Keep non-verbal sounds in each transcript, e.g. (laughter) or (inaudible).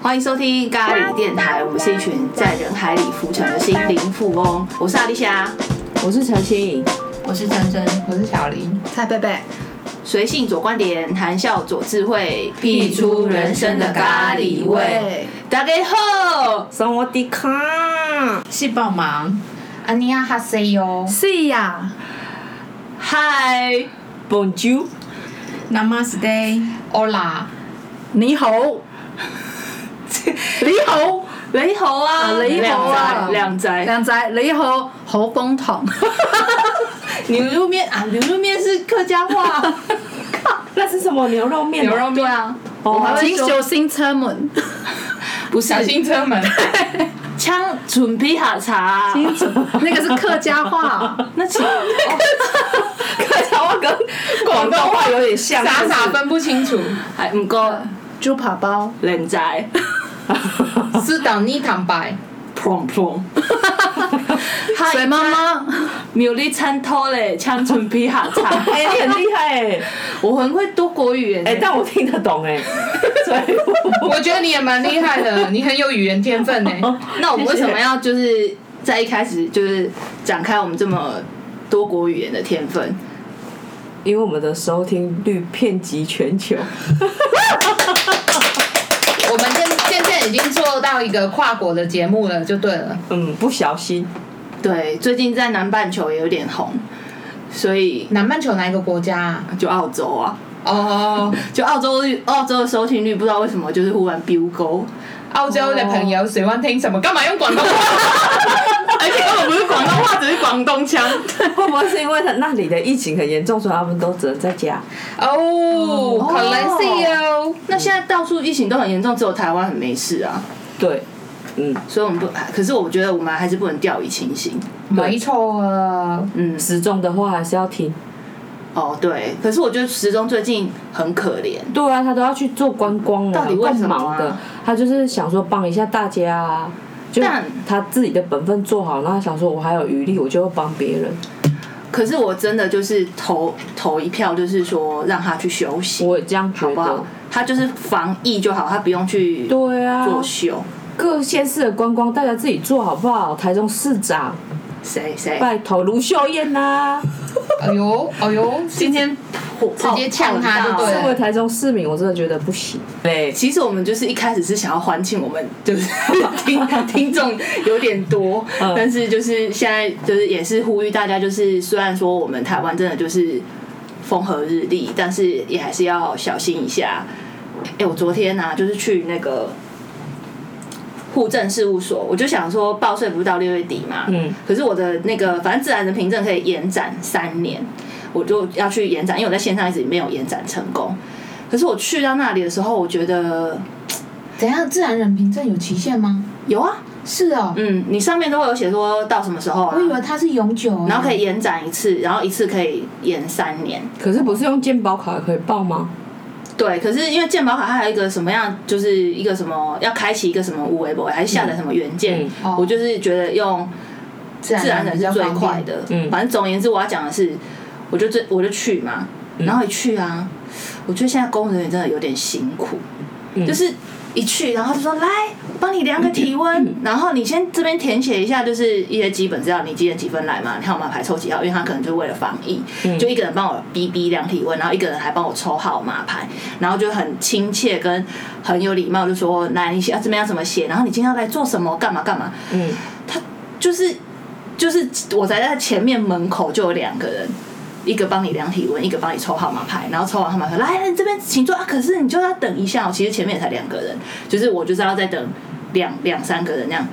欢迎收听咖喱电台，我们是一群在人海里浮沉的心灵富翁。我是阿丽莎，我是陈欣颖，我是珍珍，我是小林。蔡贝贝，随性左观点，谈笑左智慧，辟出人生的咖喱味。大家好，生活迪卡，细胞忙，安尼亚哈塞哟，是呀，嗨， Bonjour， Namaste，欧拉，猕 (laughs) 猴，猕猴，雷猴啊，雷猴啊两 (laughs) 哎宅，两宅猕猴猴风筒，牛肉面啊，牛肉面是客家话， (laughs) 那是什么牛肉面？牛肉面，啊，我还会请说小心车 (laughs) 门，不是小心车门。枪准备好茶，那个是客家 (laughs) 话，那请哦客家话跟广东话有点像，傻傻分不清楚，还哎唔够嗯猪扒包，人宅。是当你坦白，砰砰！哎嗨水妈妈，苗栗参透嘞，枪村皮下茶。哎，你很厉害哎，我很会多国语言哎，但我听得懂哎，所以我觉得你也蛮厉害 (laughs) 的，你很有语言天分呢。那我们为什么要就是在一开始就是展开我们这么多国语言的天分？因为我们的收听率遍及全球， (laughs) 我们现现在已经做到一个跨国的节目了，就对了。嗯，不小心， (laughs) 对，最近在南半球也有点红，所以南半球哪一个国家啊？就澳洲啊，哦，就澳洲澳洲的收听率不知道为什么就是忽然飙 (laughs) 高，澳洲的朋友喜欢听什么？干嘛用广东话？而且根本不是广东话，只是广东腔。会不会是因为他那里的疫情很严重，所以他们都只能在家？哦，可能是哦。那现在到处疫情都很严重，只有台湾很没事啊。对，嗯，所以我们不，可是我觉得我们还是不能掉以轻心。没错啊，嗯，时钟的话还是要听。哦，对。可是我觉得时钟最近很可怜，对啊，他都要去做观光了，到底为够什么啊忙的。他就是想说帮一下大家啊，就但他自己的本分做好，然后想说我还有余力，我就帮别人。可是我真的就是投投一票，就是说让他去休息，我也这样觉好不得好。？他就是防疫就好，他不用去对啊，作秀。各县市的观光大家自己做好不好？台中市长谁谁？拜托卢秀燕呐、啊，哎呦，哎呦，今天直直接呛他就对作了为台中市民，我真的觉得不行。对，其实我们就是一开始是想要欢庆我们，就是 (laughs) 听听众有点多，嗯但是就是现在就是也是呼吁大家，就是虽然说我们台湾真的就是风和日丽，但是也还是要小心一下。哎、我昨天呢、啊，就是去那个户政事务所，我就想说报税不是到六月底嘛，嗯，可是我的那个反正自然人凭证可以延展三年，我就要去延展，因为我在线上一直没有延展成功。可是我去到那里的时候，我觉得等一下，自然人凭证有期限吗？有啊，是哦，嗯，你上面都会有写说到什么时候啊哦我，以为它是永久欸，然后可以延展一次，然后一次可以延三年。可是不是用健保卡可以报吗？对，可是因为健保卡它还有一个什么样，就是一个什么要开启一个什么无微博，还是下载什么原件，嗯哦我就是觉得用自自然人比是较最方便快。的。嗯反正总而言之，我要讲的是，我就这我就去嘛，嗯然后一去啊，我觉得现在工作人员真的有点辛苦，嗯就是一去，然后就说来，我帮你量个体嗯温，然后你先这边填写一下，就是一些基本资料，你几点几分来嘛，你看我们牌抽几号，因为他可能就为了防疫，嗯就一个人帮我逼逼量体温，然后一个人还帮我抽号码牌，然后就很亲切跟很有礼貌，就说来你要这边要怎么写，然后你今天要来做什么，干嘛干嘛，嗯，他就是就是我才在前面门口就有两个人，一个帮你量体温，一个帮你抽号码牌，然后抽完号码牌来你这边请坐啊，可是你就要等一下、哦，其实前面也才两个人，就是我就是要再等两两三个人那样。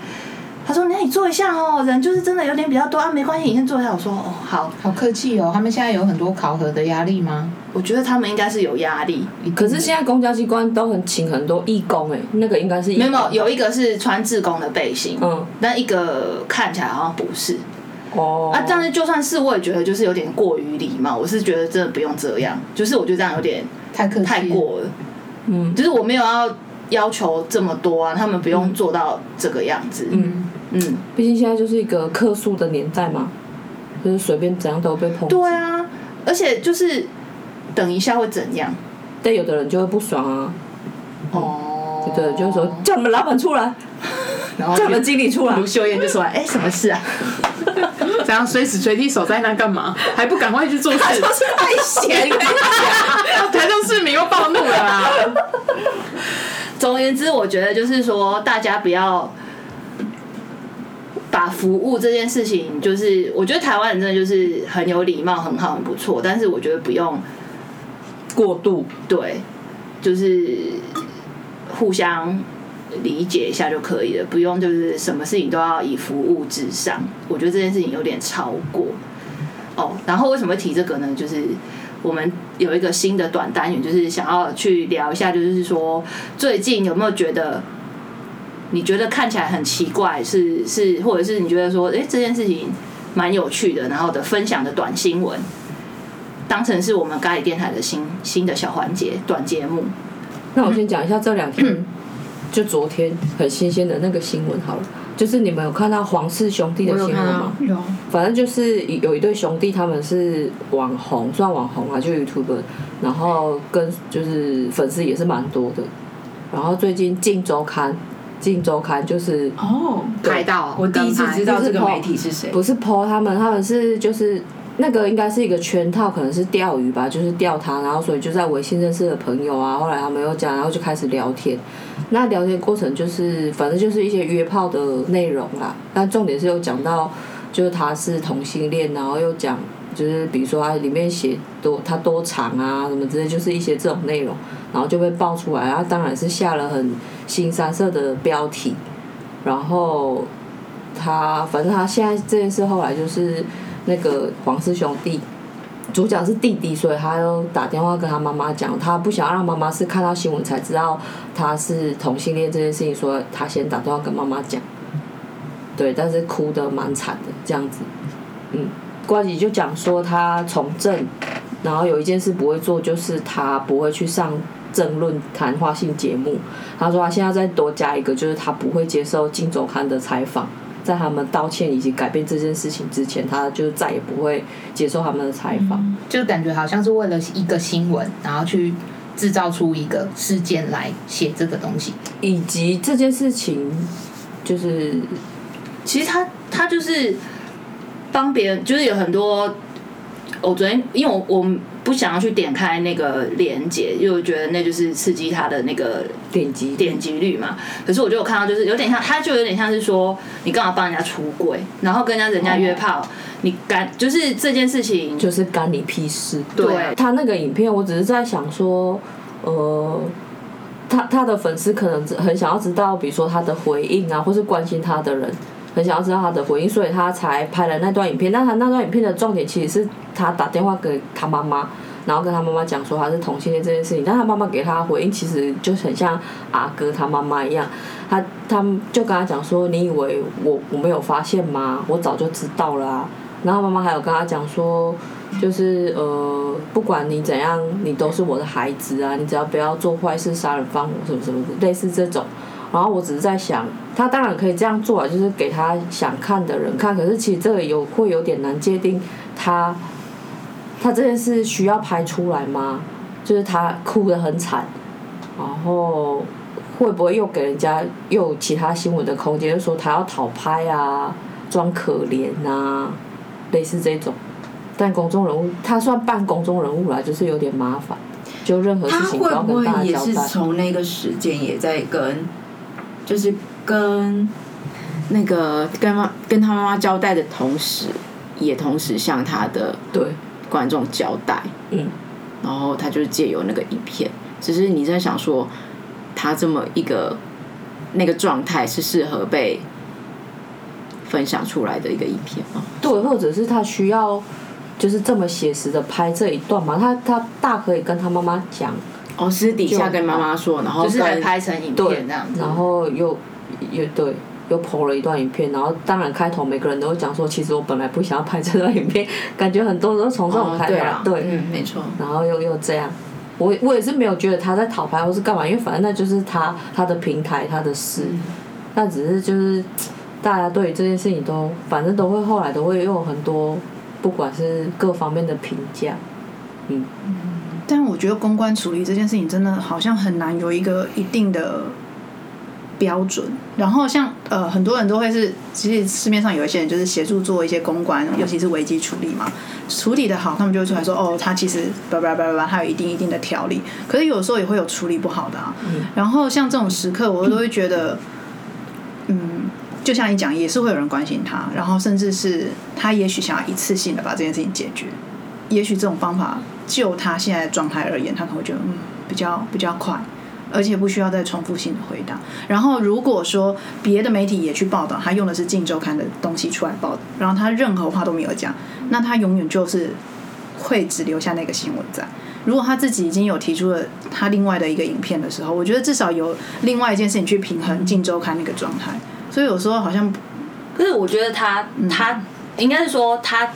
他说：“那你坐一下哦，人就是真的有点比较多啊，没关系，你先坐一下。”我说：“哦，好，好客气哦，他们现在有很多考核的压力吗？我觉得他们应该是有压力。可是现在公交机关都很请很多义工哎、那个应该是义没有工没有，有一个是穿志工的背心，嗯但一个看起来好像不是。哦啊，但是就算是我也觉得就是有点过于礼貌，我是觉得真的不用这样，就是我觉得这样有点太客气了，太过了，嗯就是我没有要要求这么多啊，他们不用做到这个样子，嗯嗯，嗯，毕竟现在就是一个客诉的年代嘛，就是随便怎样都会被抨击。对啊，而且就是等一下会怎样？但有的人就会不爽啊。哦，哦对，就是说叫你们老板出来，然后叫你们经理出来卢，秀燕就说：“哎，什么事啊？怎样随时随地守在那干嘛？还不赶快去做事？是太闲了。台中市民又暴怒了啦！ (laughs) 总而言之，我觉得就是说，大家不要把服务这件事情，就是我觉得台湾人真的就是很有礼貌，很好，很不错，但是我觉得不用过度，对，就是互相理解一下就可以了，不用就是什么事情都要以服务至上。我觉得这件事情有点超过哦。然后为什么会提这个呢？就是我们有一个新的短单元，就是想要去聊一下，就是说最近有没有觉得。你觉得看起来很奇怪，是是，或者是你觉得说，哎、这件事情蛮有趣的，然后的分享的短新闻，当成是我们咖喱电台的新新的小环节短节目。 (laughs) 那我先讲一下这两天，就昨天很新鲜的那个新闻好了，就是你们有看到黄氏兄弟的新闻吗？有反正就是有一对兄弟，他们是网红，算网红啊，就 YouTuber，然后跟就是粉丝也是蛮多的。然后最近《镜周刊》，《镜周刊》就是哦，拍到我第一次知道这个跟拍媒体是谁。不是 PO 他们，他们是就是那个应该是一个圈套，可能是钓鱼吧，就是钓他，然后所以就在微信认识的朋友啊，后来他们又讲，然后就开始聊天。那聊天过程就是反正就是一些约炮的内容啦，但重点是有讲到就是他是同性恋，然后又讲就是比如说他里面写多他多长啊什么之类，就是一些这种内容，然后就被爆出来，然后当然是下了很新三色的标题，然后他反正他现在这件事后来就是那个黄氏兄弟，主角是弟弟，所以他又打电话跟他妈妈讲，他不想要让妈妈是看到新闻才知道他是同性恋这件事情，所以他先打电话跟妈妈讲。对，但是哭的蛮惨的这样子，嗯，关姐就讲说他从政，然后有一件事不会做，就是他不会去上政论谈话性节目。他说他现在再多加一个，就是他不会接受《金周刊》的采访，在他们道歉以及改变这件事情之前，他就再也不会接受他们的采访。就是感觉好像是为了一个新闻，然后去制造出一个事件来写这个东西。以及这件事情，就是其实他他就是帮别人，就是有很多。我昨天因为我我不想要去点开那个链接，因为我觉得那就是刺激他的那个点击点击率嘛。可是我就有看到，就是有点像，他就有点像是说，你干嘛帮人家出轨，然后跟人家人家约炮，你敢就是这件事情，就是干你屁事。对他那个影片，我只是在想说，呃，他他的粉丝可能很想要知道，比如说他的回应啊，或是关心他的人，很想要知道他的回应，所以他才拍了那段影片。但他那段影片的重点其实是他打电话给他妈妈。然后跟他妈妈讲说他是同性恋这件事情，但他妈妈给他的回应其实就很像阿哥他妈妈一样，他他们就跟他讲说，你以为我我没有发现吗？我早就知道了、啊。然后妈妈还有跟他讲说，就是呃，不管你怎样，你都是我的孩子啊，你只要不要做坏事、杀人放火什么什么的，类似这种。然后我只是在想，他当然可以这样做啊，就是给他想看的人看。可是其实这个有会有点难界定他，他这件事需要拍出来吗？就是他哭得很惨，然后会不会又给人家又有其他新闻的空间，就说他要讨拍啊，装可怜啊，类似这种。但公众人物，他算半公众人物啦，就是有点麻烦。就任何他事情都会要不跟大会家也交是代。从那个时间也在跟，就是跟那个跟妈跟他妈妈交代的同时，也同时向他的对，观众交代，嗯，然后他就是借由那个影片，只是你在想说，他这么一个那个状态是适合被分享出来的一个影片吗？对，或者是他需要就是这么写实的拍这一段嘛？他他大可以跟他妈妈讲，哦，私底下跟妈妈说，然后就是还跟拍成影片这样子。哦然后又又对。又 p 了一段影片，然后当然开头每个人都会讲说，其实我本来不想要拍这段影片，感觉很多人都从这种哦，开始、对啊，对，嗯，没错，然后又又这样，我我也是没有觉得他在讨拍或是干嘛，因为反正那就是他他的平台他的事，那只是就是大家对于这件事情都反正都会后来都会有很多不管是各方面的评价，但我觉得公关处理这件事情真的好像很难有一个一定的标准。然后像呃，很多人都会是，其实市面上有一些人就是协助做一些公关，尤其是危机处理嘛，处理的好，他们就会出来说，哦，他其实叭叭叭叭，他有一定一定的条理。可是有时候也会有处理不好的啊。然后像这种时刻，我都会觉得，嗯，就像你讲，也是会有人关心他，然后甚至是他也许想要一次性的把这件事情解决，也许这种方法就他现在的状态而言，他可能会觉得嗯比较比较快，而且不需要再重复性的回答。然后如果说别的媒体也去报道，他用的是《镜周刊》的东西出来报道，然后他任何话都没有讲，那他永远就是会只留下那个新闻在。如果他自己已经有提出了他另外的一个影片的时候，我觉得至少有另外一件事情去平衡《镜周刊》那个状态。所以有时候好像可是我觉得他他应该是说他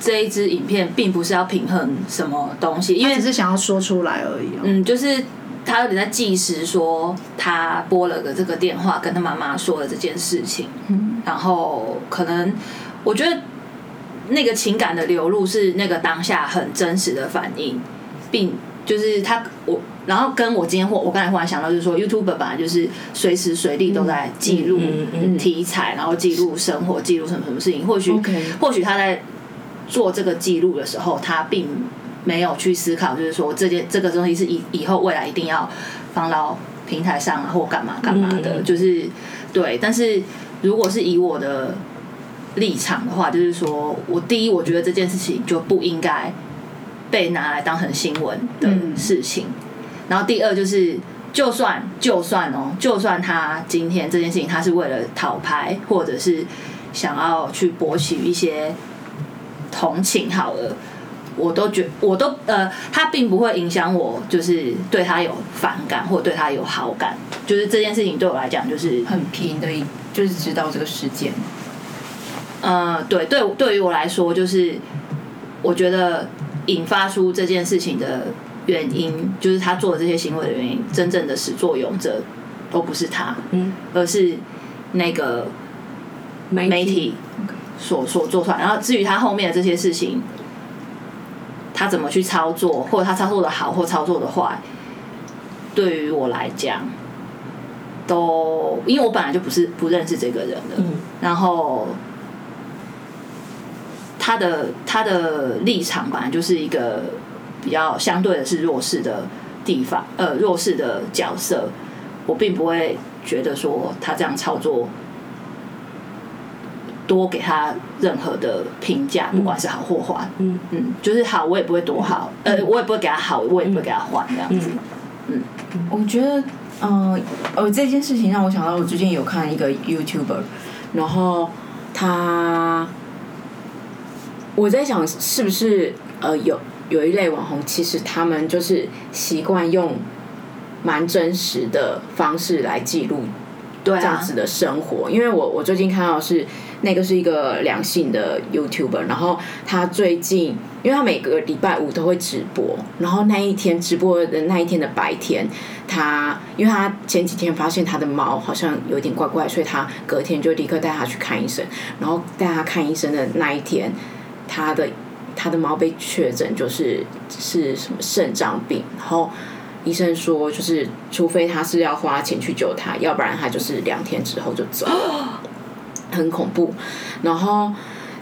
这一支影片并不是要平衡什么东西，因因为为只是想要说出来而已、啊。嗯，就是他有点在计时，说他拨了个这个电话，跟他妈妈说了这件事情。嗯，然后可能我觉得那个情感的流露是那个当下很真实的反应，并就是他我。然后跟我今天或我刚才忽然想到，就是说 YouTube 本来就是随时随地都在记录嗯嗯嗯嗯题材，然后记录生活，记录什么什么事情。或许 OK 或许他在做这个记录的时候，他并没有去思考，就是说这件这个东西是以以后未来一定要放到平台上啊，或干嘛干嘛的，嗯嗯嗯就是对。但是如果是以我的立场的话，就是说我第一，我觉得这件事情就不应该被拿来当成新闻的嗯事情。然后第二就是，就算就算哦，就算他今天这件事情他是为了讨牌，或者是想要去博取一些同情好了，我都觉我都呃，他并不会影响我，就是对他有反感或对他有好感，就是这件事情对我来讲就是很平的一，就是知道这个事件。呃，对对，对于我来说，就是我觉得引发出这件事情的原因，就是他做的这些行为的原因，真正的始作俑者都不是他，嗯，而是那个媒体所所做出来。然后至于他后面的这些事情，他怎么去操作，或者他操作的好或操作的坏，对于我来讲，都因为我本来就不是不认识这个人的，嗯然后他的他的立场本来就是一个比较相对的是弱势的地方，呃，弱势的角色，我并不会觉得说他这样操作。多给他任何的评价，不管是好或坏，嗯嗯，就是好，我也不会多好，呃，我也不会给他好，我也不会给他坏，这样子。嗯嗯我觉得，嗯、呃，哦，这件事情让我想到，我最近有看一个 YouTuber，然后他，我在想是不是呃有有一类网红，其实他们就是习惯用蛮真实的方式来记录对这样啊，子的生活。因为我我最近看到的是那个是一个良性的 YouTuber，然后他最近，因为他每个礼拜五都会直播，然后那一天直播的那一天的白天，他因为他前几天发现他的猫好像有点怪怪，所以他隔天就立刻带他去看医生，然后带他看医生的那一天，他的。他的猫被确诊就是是什么肾脏病，然后医生说，就是除非他是要花钱去救他，要不然他就是两天之后就走了，很恐怖。然后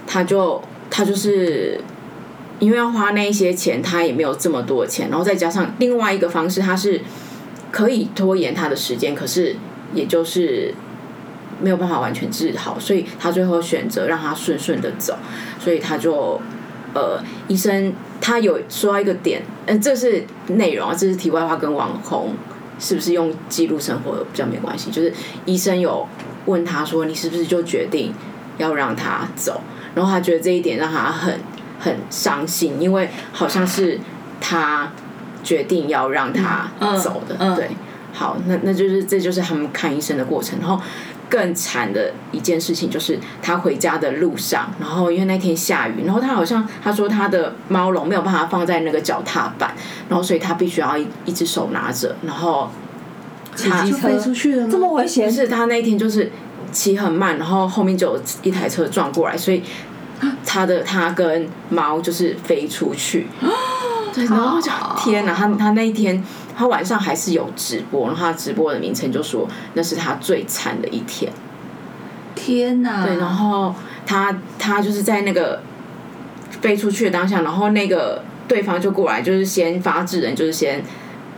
他就他就是因为要花那一些钱，他也没有这么多钱，然后再加上另外一个方式，他是可以拖延他的时间，可是也就是没有办法完全治好，所以他最后选择让他顺顺的走，所以他就呃，医生他有说到一个点，嗯、这是内容啊，这是题外话，跟网红是不是用记录生活比较没关系？就是医生有问他说，你是不是就决定要让他走？然后他觉得这一点让他很很伤心，因为好像是他决定要让他走的，嗯嗯对。好，那那就是这就是他们看医生的过程，然后更惨的一件事情就是他回家的路上，然后因为那天下雨，然后他好像他说他的猫笼没有办法放在那个脚踏板，然后所以他必须要一一只手拿着，然后他就飞出去了，这么危险但？是他那一天就是骑很慢，然后后面就有一台车撞过来，所以他的他跟猫就是飞出去。对，然后我就天哪，他他那一天他晚上还是有直播，然后他直播的名称就说那是他最惨的一天。天哪！对，然后他他就是在那个飞出去的当下，然后那个对方就过来，就是先发制人，就是先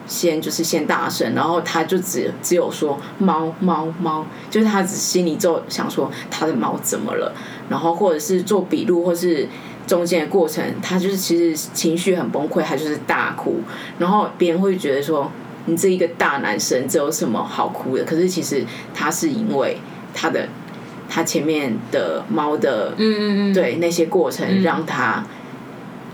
先就是先大声，然后他就只只有说猫猫猫，就是他只心里就想说他的猫怎么了，然后或者是做笔录，或是。中间的过程，他就是其实情绪很崩溃，他就是大哭，然后别人会觉得说你这一个大男生，这有什么好哭的？可是其实他是因为他的他前面的猫的嗯嗯嗯，嗯对那些过程，让他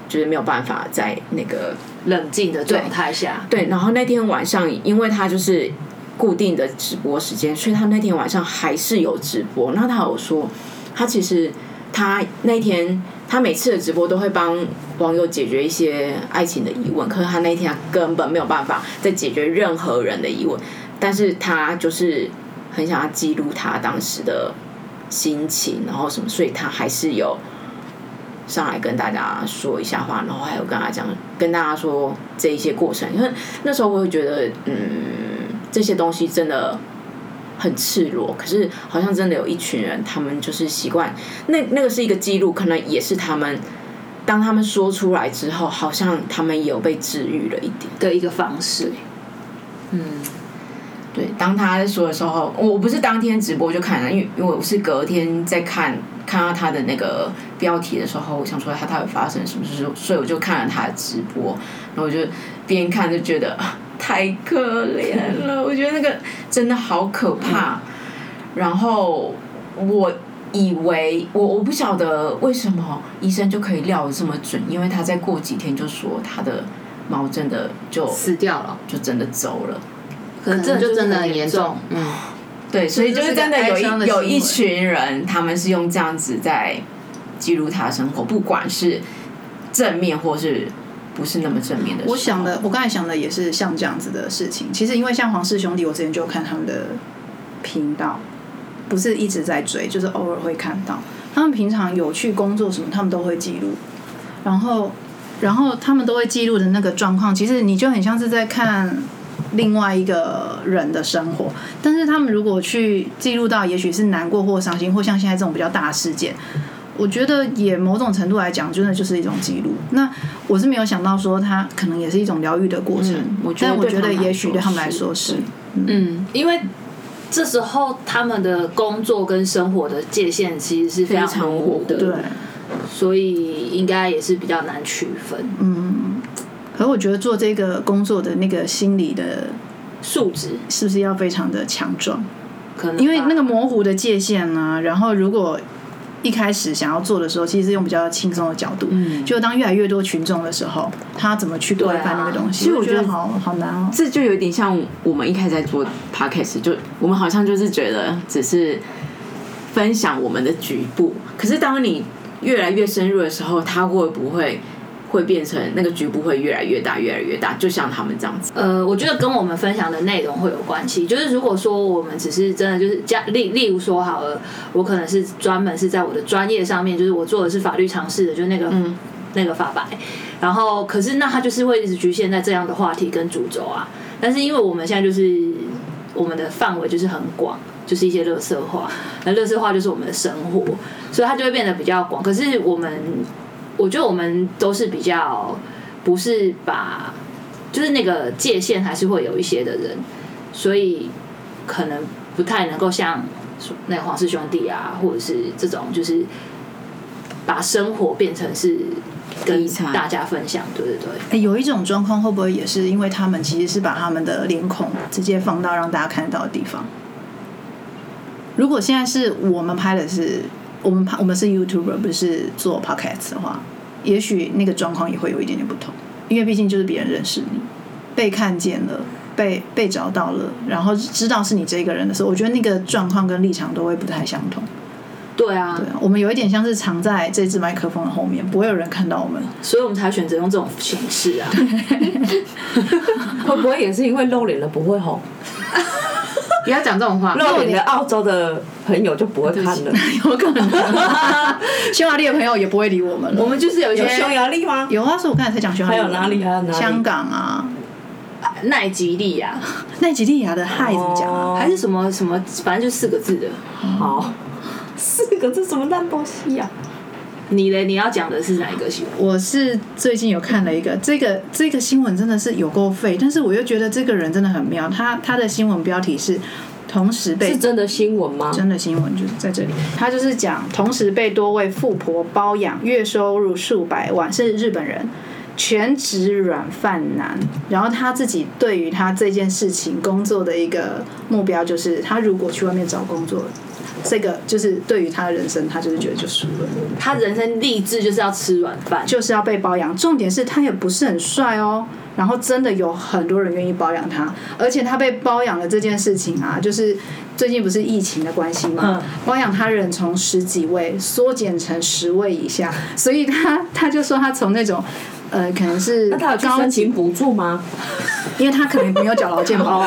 就是没有办法在那个冷静的状态下，对。然后那天晚上，因为他就是固定的直播时间，所以他那天晚上还是有直播。然后他有说，他其实他那天他每次的直播都会帮网友解决一些爱情的疑问，可是他那一天他根本没有办法再解决任何人的疑问，但是他就是很想要记录他当时的心情，然后什么，所以他还是有上来跟大家说一下话，然后还有跟他讲，跟大家说这一些过程，因为那时候我会觉得，嗯，这些东西真的很赤裸，可是好像真的有一群人，他们就是习惯，那那个是一个记录，可能也是他们。当他们说出来之后，好像他们也有被治愈了一点。的一个方式。嗯，对，当他在说的时候，我我不是当天直播就看了，因为因为我是隔天在看看到他的那个标题的时候，我想说他到底发生什么事，所以我就看了他的直播，然后我就边看就觉得啊太可怜了，我觉得那个真的好可怕。然后我以为我我不晓得为什么医生就可以料得这么准，因为他再过几天就说他的猫真的就死掉了，就真的走了。可能这这就真的很很严重重。。嗯，对，所以就是真的有这就是一个哀伤的一行有为一群人，他们是用这样子在记录他的生活，不管是正面或是不是那么正面的时候。我想的，我刚才想的也是像这样子的事情。其实因为像黄氏兄弟，我之前就有看他们的频道，不是一直在追，就是偶尔会看到。他们平常有去工作什么，他们都会记录，然后，然后他们都会记录的那个状况，其实你就很像是在看另外一个人的生活。但是他们如果去记录到，也许是难过或伤心，或像现在这种比较大的事件，我觉得也某种程度来讲，真的就是一种记录。那我是没有想到说，它可能也是一种疗愈的过程。嗯我觉得但我对觉他得们来也许说对他们来是说是对，嗯，因为这时候他们的工作跟生活的界限其实是非常非常模糊的，对，所以应该也是比较难区分嗯。可我觉得做这个工作的那个心理的，数值，是不是要非常的强壮？可能因为那个吧模糊的界限呢、然后如果一开始想要做的时候，其实是用比较轻松的角度，嗯就当越来越多群众的时候，他怎么去规范那个东西？对觉啊其实我觉得得好好难哦。这就有点像我们一开始在做 podcast，就我们好像就是觉得只是分享我们的局部，可是当你越来越深入的时候，它会不会会变成那个局部会越来越大，越来越大，就像他们这样子。呃，我觉得跟我们分享的内容会有关系。就是如果说我们只是真的就是加例例如说好了，我可能是专门是在我的专业上面，就是我做的是法律常识的，就是那个、嗯那个法白。然后可是那他就是会一直局限在这样的话题跟主轴啊。但是因为我们现在就是我们的范围就是很广，就是一些乐色化，那乐色化就是我们的生活，所以它就会变得比较广。可是我们，我觉得我们都是比较不是把，就是那个界限还是会有一些的人，所以可能不太能够像那个黄氏兄弟啊，或者是这种就是把生活变成是跟题材大家分享，对对对。诶哎有一种状况会不会也是因为他们其实是把他们的脸孔直接放到让大家看得到的地方？如果现在是我们拍的是我们拍我们是 YouTuber，不是做 Podcast 的话，也许那个状况也会有一点点不同，因为毕竟就是别人认识你，被看见了。被被找到了，然后知道是你这个人的时候，我觉得那个状况跟立场都会不太相同。对啊，对啊，我们有一点像是藏在这支麦克风的后面，不会有人看到我们。所以我们才选择用这种形式啊。 (laughs) 会不会也是因为露脸了不会 (laughs) 红，不要讲这种话。露脸的澳洲的朋友就不会看了？有可能。 (laughs) 匈牙利的朋友也不会理我们了。 (laughs) 我们就是有一些有匈牙利吗？有啊，所以我刚才才讲匈牙利。还有哪里还有哪里香港啊，奈吉利亚，奈及利亚的嗨怎么讲啊？啊还是什么什么，反正就四个字的。好，四个字什么烂东西啊呀、你嘞，你要讲的是哪一个新闻？我是最近有看了一个，这个这个新闻真的是有够废，但是我又觉得这个人真的很妙。他他的新闻标题是同时被是真的新闻吗？真的新闻就是在这里，他就是讲同时被多位富婆包养，月收入数百万，是日本人，全职软饭男。然后他自己对于他这件事情工作的一个目标就是，他如果去外面找工作，这个就是对于他的人生，他就是觉得就输了。他人生励志就是要吃软饭，就是要被包养。重点是他也不是很帅哦，然后真的有很多人愿意包养他，而且他被包养的这件事情啊，就是最近不是疫情的关系嗯嘛，包养他人从十几位缩减成十位以下，所以他他就说他从那种。呃，可能是那他有去高申级，请补助吗？因为他可能没有缴劳健 (laughs) 保，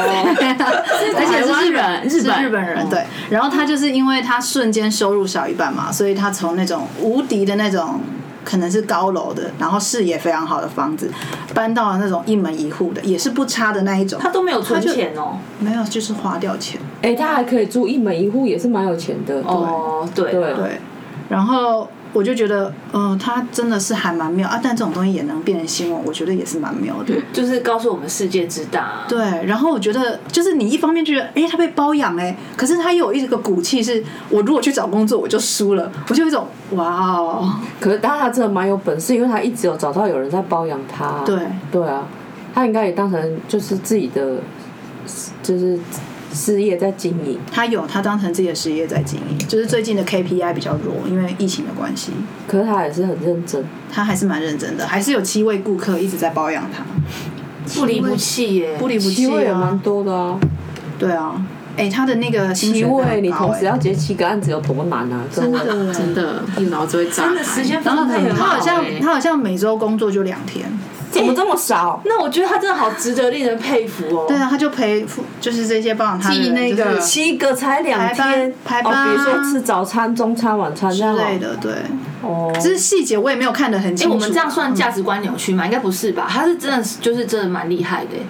而且是日本嗯日本是日本人对。然后他就是因为他瞬间收入少一半嘛，所以他从那种无敌的那种。可能是高楼的，然后视野非常好的房子，搬到了那种一门一户的，也是不差的那一种。他都没有存他就钱哦。没有，就是花掉钱。哎、他还可以住一门一户，也是蛮有钱的。哦，对对啊对，然后我就觉得，嗯、他真的是还蛮妙啊。但这种东西也能变成新闻，我觉得也是蛮妙的。就是告诉我们世界之大啊。对，然后我觉得就是你一方面就觉得，哎、他被包养哎、可是他又有一个骨气是，我如果去找工作我就输了，我就有一种哇哦，可是，但他真的蛮有本事，因为他一直有找到有人在包养他。对对啊，他应该也当成就是自己的，就是事业在经营。他有他当成自己的事业在经营，就是最近的 KPI 比较弱，因为疫情的关系，可是他也是很认真。他还是蛮认真的，还是有七位顾客一直在包养他，不离不弃耶。不离不七弃位也蛮啊，多的啊，对啊，哎、他的那个薪水七很高哎位你同时要接七个案子有多难啊？真的。对真的，一脑子会炸开。真的时间然分后得太他好好。像欸他好像每周工作就两天，怎么这么少？哎那我觉得他真的好值得令人佩服哦。对啊，他就陪就是这些包养他的记人那就个是七个才两天，排班排班哦，比如说吃早餐、中餐、晚餐这样之哦类的，对，哦。只是细节我也没有看得很哎、清楚啊。我们这样算价值观扭曲吗？应该不是吧？他是真的是，就是真的蛮厉害的耶。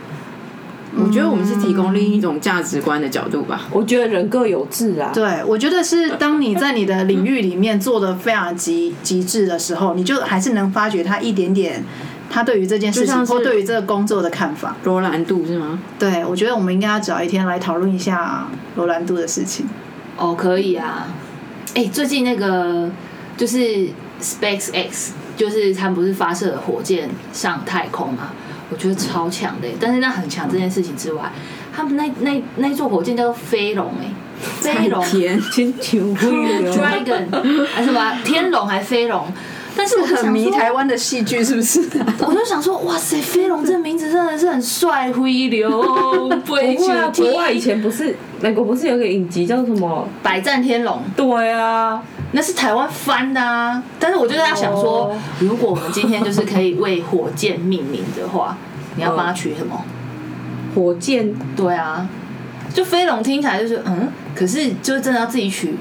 我觉得我们是提供另一种价值观的角度吧。我觉得人各有志啊。对，我觉得是当你在你的领域里面做的非常极极致的时候，你就还是能发掘他一点点他对于这件事就情像是或对于这个工作的看法。罗兰度是吗？对，我觉得我们应该要找一天来讨论一下罗兰度的事情。哦，可以啊。哎、最近那个就是 SpaceX，就是他们不是发射了火箭上太空嘛？我觉得超强的耶，但是那很强这件事情之外，他们那那那座火箭叫做飞龙哎、飞龙天，请会哦 (laughs) Dragon 还是什么啊天龙还飞龙，但是我就很想迷说，台湾的戏剧是不是？我就想说，哇塞，飞龙这名字真的是很帅，灰 (laughs) 流不不会会啊，去踢国外以前不是美国不是有个影集叫什么？百战天龙。对啊，那是台湾翻的啊。但是我就在想说哦，如果我们今天就是可以为火箭命名的话， (laughs) 你要帮它取什么？火箭嗯对啊，就飞龙听起来就是嗯，可是就真的要自己取，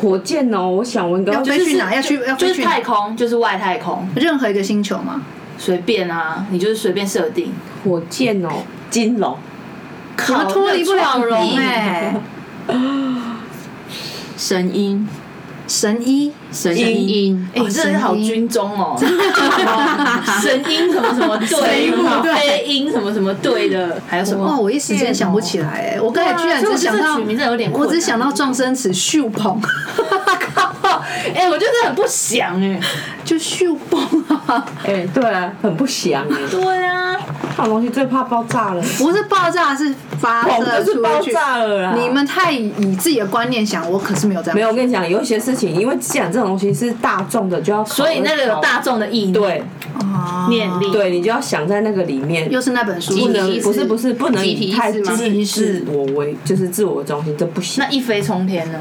火箭哦，我想我应该要就飞是去啊哪？要去要就飞是去哪太空，就是外太空， (laughs) 任何一个星球 (laughs) 嘛？随便啊，你就是随便设定。火箭哦，金龙我们脱离不了靠那个创龙意哎、 (laughs) 神鹰，神哦医神鹰，哎，你真的是好军中 (laughs) 哦， (laughs) 神鹰什么什么队，神鹰然后飞鹰什么什么队的，还有什哇，么？我一时间想不起来哎、我刚才居然对啊所只以我觉想得到，这取名真的有点困我难只想到撞生词秀捧， (laughs) 哎，我就是很不祥哎。就秀捧啊，哎，对啊，很不祥哎，对啊，这种东西最怕爆炸了，不是爆炸是发砰射就是出爆去。炸了啦。你们太以自己的观念想，我可是没有这样。 (laughs) 没有，我跟你讲，有一些事情，因为既然这种东西是大众的，就要考所以那个有考大众的意义对啊念力，对，你就要想在那个里面，又是那本书，哦不能不是不是不能集体以意太识吗自以自我为就是自我中心，这不行那，一飞冲天呢？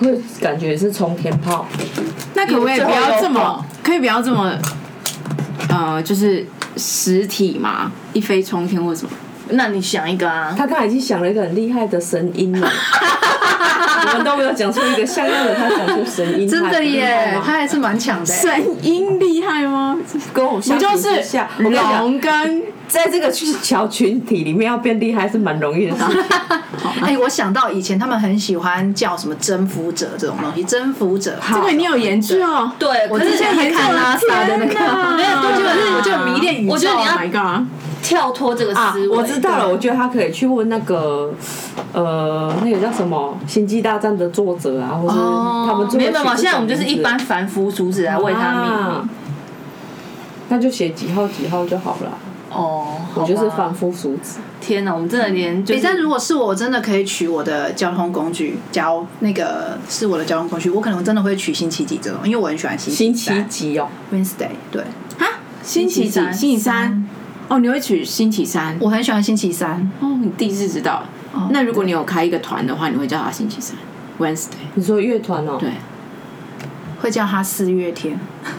会感觉是冲天炮。那可不可以不要这么，可以不要这么，呃，就是实体嘛，一飞冲天或什么？那你想一个啊， (laughs) 他刚才已经想了一个很厉害的声音了，我们都没有讲出一个像样的，他讲出声音，真的耶，他他还是蛮强的耶。欸声音厉害吗？跟我不相就比之是下，我跟你讲，龙跟在这个小群体里面要变厉害是蛮容易 (laughs) 的事情。哎、我想到以前他们很喜欢叫什么征服者这种东西，征服者。这个你有研究？哦对，我可之是前还看啊拉萨的那天哪个，没有，对就是我就有迷恋宇宙。我觉得你要 Oh my God，跳脱这个啊思，维，我知道了，我觉得他可以去问那个，呃，那个叫什么《星际大战》的作者啊，或者他们哦没有没有，现在我们就是一般凡夫俗子来为他命啊名。，那就写几号几号就好了。哦，我就好是吧凡夫俗子，天哪，我们真的连就对，是但如果是我，我真的可以取我的交通工具，交那个是我的交通工具，我可能真的会取星期几这种，因为我很喜欢星星期期三几哦？ Wednesday，对啊星期几？星期三。哦，你会取星期三？我很喜欢星期三。哦，你第一次知道。哦那如果你有开一个团的话，你会叫他星期三 Wednesday？你说乐团哦？对，会叫他四月天。 (laughs)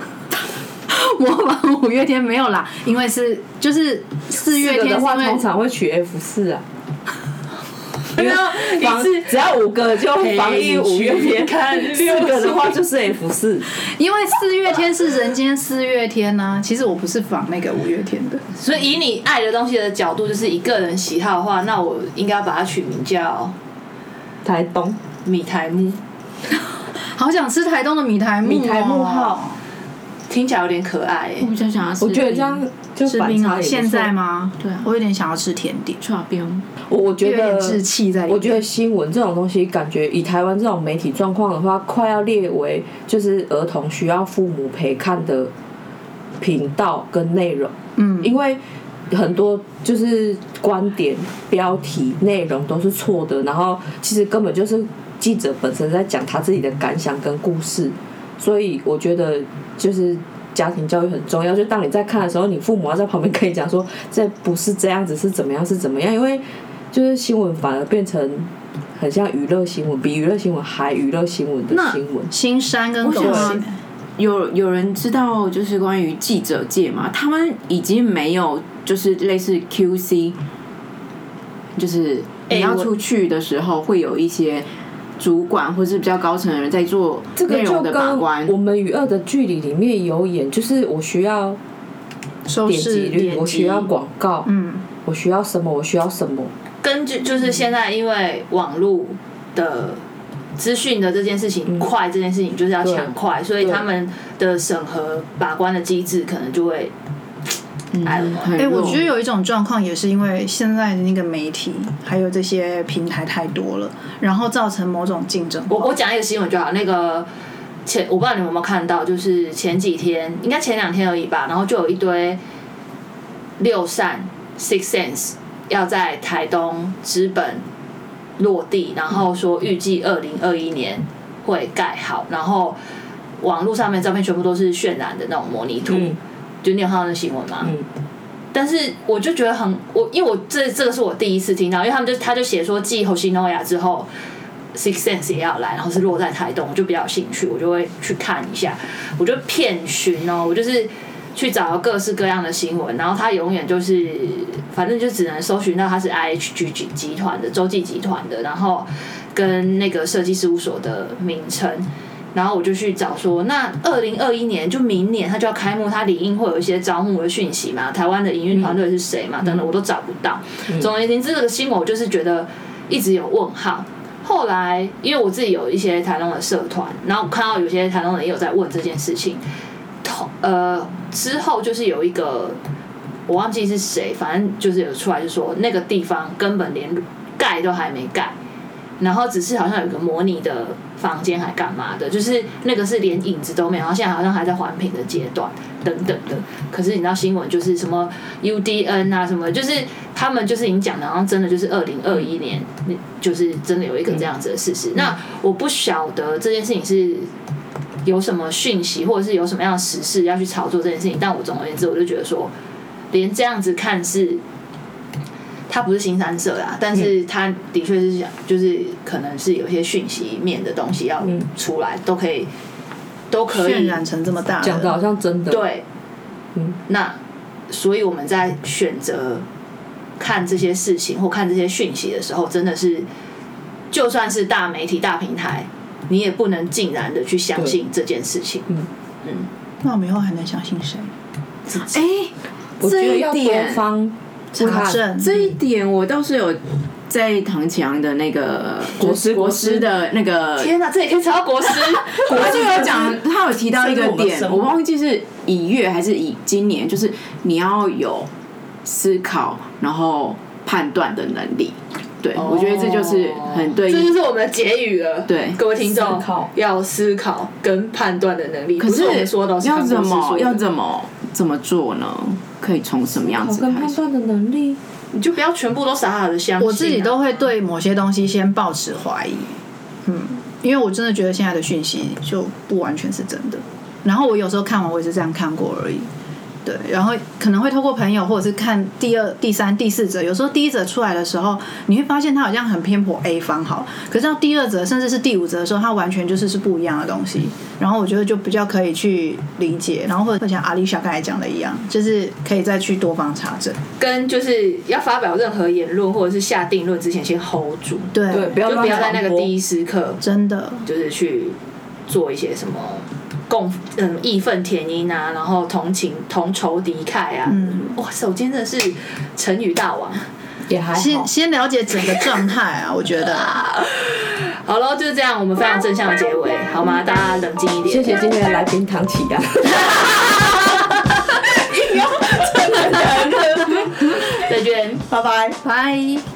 模仿五月天没有啦，因为是就是四四月个天的是话，因通为常会取 F (laughs) 四啊。因为一防次只要五个就防疫五月天，四个的话就是 F 四。因为四月天是人间四月天呐、其实我不是仿那个五月天的，所以以你爱的东西的角度，就是以个人喜好的话，那我应该把它取名叫台东米苔木，好想吃台东的米苔木、哦米苔木号，听起来有点可爱欸耶、我比较想要吃。我觉得这样就吃反冰差也啊，不错现在？吗？对啊我有点想要吃甜点，串冰，我我觉有点得志气在里面。我觉得新闻这种东西，感觉以台湾这种媒体状况的话，快要列为就是儿童需要父母陪看的频道跟内容，嗯，因为很多就是观点、标题、内容都是错的，然后其实根本就是记者本身在讲他自己的感想跟故事，所以我觉得就是。家庭教育很重要，就当你在看的时候，你父母要在旁边可以讲说，这不是这样子，是怎么样，是怎么样，因为就是新闻反而变成很像娱乐新闻，比娱乐新闻还娱乐新闻的那新闻。新山跟狗我想血，有有人知道就是关于记者界嘛？他们已经没有就是类似 QC，就是你要出去的时候会有一些主管或是比较高层的人在做这个内就容的把跟关我。们与恶的距离里面有演，就是我需要收点视击率，哦点我需击，要广告，嗯，我需要什么，我需要什么。根据就是现在因为网络的资讯的这件事情、快，这件事情就是要抢快，所以他们的审核把关的机制可能就会，哎、哎哎、我觉得有一种状况也是因为现在的那个媒体还有这些平台太多了，然后造成某种竞争。我我讲一个新闻就好，那个前我不知道你们有没有看到，就是前几天，应该前两天而已吧，然后就有一堆六扇 Six Sense 要在台东资本落地，然后说预计二零二一年会盖好，然后网络上面照片全部都是渲染的那种模拟图，嗯就你有看到那新闻吗？嗯，但是我就觉得很我，因为我这这个是我第一次听到，因为他们就他就写说继侯西诺亚之后，Six Sense 也要来，然后是落在台东，我就比较有兴趣，我就会去看一下，我就遍寻哦，我就是去找各式各样的新闻，然后他永远就是反正就只能搜寻到他是 IHG 集集团的洲际集团的，然后跟那个设计事务所的名称。然后我就去找说，那二零二一年就明年它就要开幕，它理应会有一些招募的讯息嘛，台湾的营运团队是谁嘛，等等，我都找不到。总而言之，这个新闻我就是觉得一直有问号。后来因为我自己有一些台东的社团，然后我看到有些台东人也有在问这件事情，同呃之后就是有一个我忘记是谁，反正就是有出来就说那个地方根本连盖都还没盖，然后只是好像有个模拟的房间还干嘛的，就是那个是连影子都没有，然后现在好像还在环评的阶段等等的。可是你知道新闻就是什么 UDN 啊什么，就是他们就是已经讲的，好像真的就是二零二一年，就是真的有一个这样子的事嗯实。那我不晓得这件事情是。有什么讯息，或者是有什么样的时事要去炒作这件事情？但我总而言之，我就觉得说，连这样子看似，它不是新三社啦，但是它的确是想，就是可能是有一些讯息面的东西要嗯出来，都可以，都可渲以染成这么大讲的好像真的。，对，嗯那所以我们在选择看这些事情或看这些讯息的时候，真的是就算是大媒体、大平台，你也不能尽然的去相信这件事情。那我们以后还能相信谁？哎、我觉这得一要点多方查证这一点我倒是有在唐强的那个国师国师的那个哎天哪，这也可以查到国师，他就有讲，他有提到一个深入我们点，生我活忘记是以月还是以今年，就是你要有思考，然后判断的能力。对，我觉得这就是很对哦这应就。是我们的结语了。对各位听众思考要思考跟判断的能力。可不是我们说的，是要看怎国师么说的要怎么怎么做呢？可以从什么样考子跟开判始？断的能力，你就不要全部都傻傻的相信啊、我自己都会对某些东西先抱持怀疑，嗯，因为我真的觉得现在的讯息就不完全是真的。然后我有时候看完我也是这样看过而已，对，然后可能会透过朋友或者是看第二、第三、第四者，有时候第一者出来的时候，你会发现他好像很偏颇 A 方好，可是到第二者甚至是第五者的时候，他完全就是是不一样的东西。然后我觉得就比较可以去理解，然后或者像阿丽莎刚才讲的一样，就是可以再去多方查证，跟就是要发表任何言论或者是下定论之前先 hold 住，对，对，不要就乱不要在那个传播第一时刻真的。就是去做一些什么共嗯义愤填膺啊，然后同情同仇敌忾啊。嗯哇塞，我今天真的是成语大王。也还好先。先了解整个状态啊，我觉得。好喽，就是这样，我们非常正向的结尾，好吗？大家冷静一点。嗯谢谢今天的来宾唐启阳。再见。拜。